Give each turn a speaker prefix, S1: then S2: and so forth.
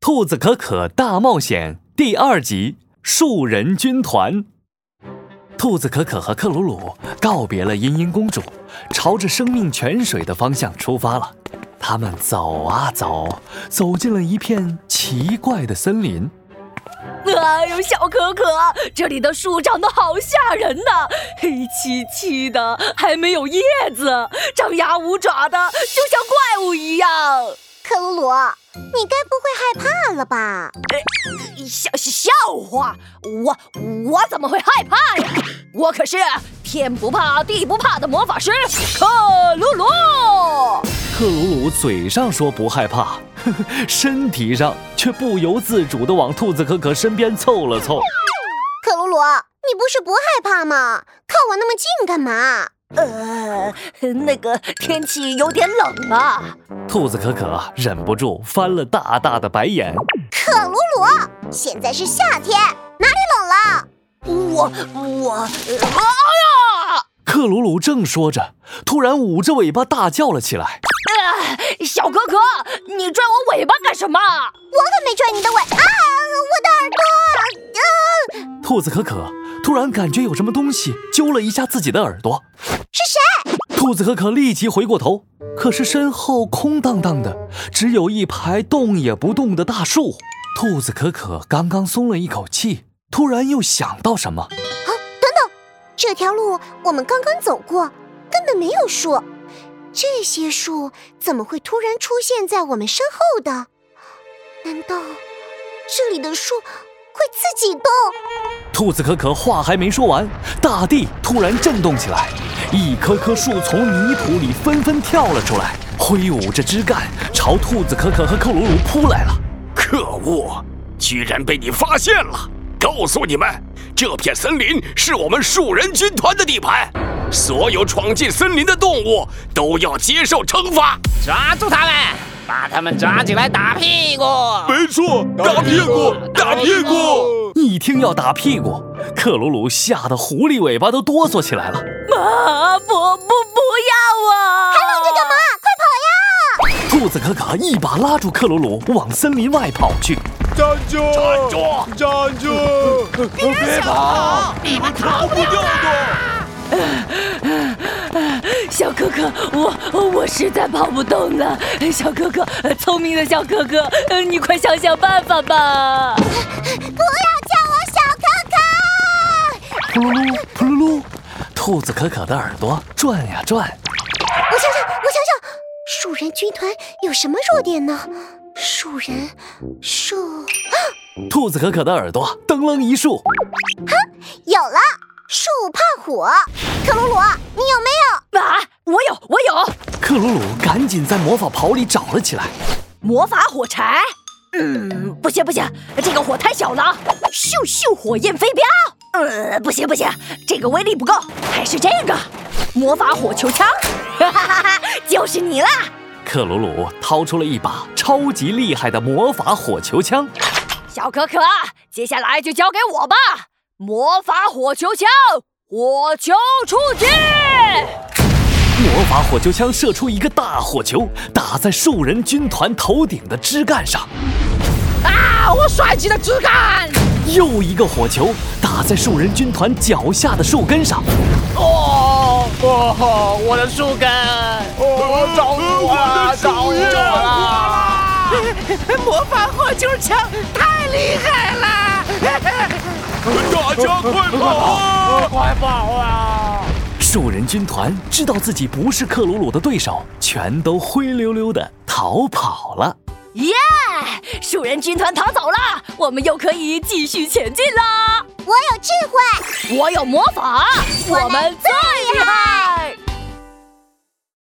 S1: 兔子可可大冒险》第二集《树人军团》。兔子可可和克鲁鲁告别了茵茵公主，朝着生命泉水的方向出发了。他们走啊走，走进了一片奇怪的森林。
S2: 哎呦，小可可，这里的树长得好吓人呐，黑漆漆的，还没有叶子，张牙舞爪的，就像怪物一样。
S3: 克鲁鲁，你该不会害怕了吧？
S2: 笑笑话，我我怎么会害怕呀？我可是天不怕地不怕的魔法师克鲁鲁。
S1: 克鲁鲁嘴上说不害怕， 呵呵身体上却不由自主地往兔子可可身边凑了凑。
S3: 克鲁鲁，你不是不害怕吗？靠我那么近干嘛？
S2: 呃，那个天气有点冷啊。
S1: 兔子可可忍不住翻了大大的白眼。
S3: 克鲁鲁，现在是夏天，哪里
S2: 冷了？我我，哎
S1: 呀！克鲁鲁正说着，突然捂着尾巴大叫了起来。
S2: 呃、小可可，你拽我尾巴干什么？
S3: 我可没拽你的尾啊！
S1: 的耳朵
S3: 我
S1: 啊！兔子可可突然感觉有什么东西揪了一下自己的耳朵。
S3: 是谁？
S1: 兔子可可立即回过头，可是身后空荡荡的，只有一排动也不动的大树。兔子可可刚刚松了一口气，突然又想到什么
S3: 啊！等等，这条路我们刚刚走过，根本没有树。这些树怎么会突然出现在我们身后的？难道这里的树会自己动？
S1: 兔子可可话还没说完，大地突然震动起来。一棵棵树从泥土里纷纷跳了出来，挥舞着枝干，朝兔子可可和克鲁鲁扑来了。
S4: 可恶，居然被你发现了！告诉你们，这片森林是我们树人军团的地盘，所有闯进森林的动物都要接受惩罚。
S5: 抓住他们，把他们抓起来打屁股！
S4: 没错，打屁股，打屁股！
S1: 一听要打屁股，克鲁鲁吓得狐狸尾巴都哆嗦起来了。
S2: 妈，啊不不不要啊！
S3: 还愣着干嘛？快
S1: 跑呀！兔子可可一把拉住克鲁鲁，往森林外跑去。
S6: 站住！
S4: 站住！
S6: 站住！
S4: 别跑！
S5: 你们逃不掉
S4: 的！
S2: 小哥哥，我我实在跑不动了。小哥哥，聪明的小哥哥，呃你快想想办法吧！
S3: 不
S1: 叫我小哥哥！
S3: 要
S1: 噗噜噜，噗噜噜。兔子可可的耳朵转呀转，
S3: 我想想，我想想，树人军团有什么弱点呢？树人树、啊，
S1: 兔子可可的耳朵噔楞一竖，
S3: 哼，有了，树怕火。克鲁鲁，你有
S2: 有？
S3: 没
S2: 啊，我有，我有。
S1: 克鲁鲁赶紧在魔法袍里找了起来，
S2: 魔法火柴。嗯，不行不行，这个火太小了。咻咻，火焰飞镖。呃，不行不行，这个威力不够，还是这个魔法火球枪，哈哈哈，就是你啦！
S1: 克鲁鲁掏出了一把超级厉害的魔法火球枪，
S2: 小可可，接下来就交给我吧！魔法火球枪，火球出击！
S1: 魔法火球枪射出一个大火球，打在树人军团头顶的枝干上。
S5: 啊！我甩起了枝干，
S1: 又一个火球打在树人军团脚下的树根上。
S5: 哦，哦，我的树根！
S6: 哦，找我啊，找我
S5: 啊！ 魔法火球枪太厉害了！
S4: 大家快跑啊！
S5: 快跑啊！
S1: 树人军团知道自己不是克鲁鲁的对手，全都灰溜溜的逃跑了。
S2: 耶！树人军团逃走了，我们又可以继续前进啦！
S3: 我有智慧，
S2: 我有魔法，
S3: 我们最厉害。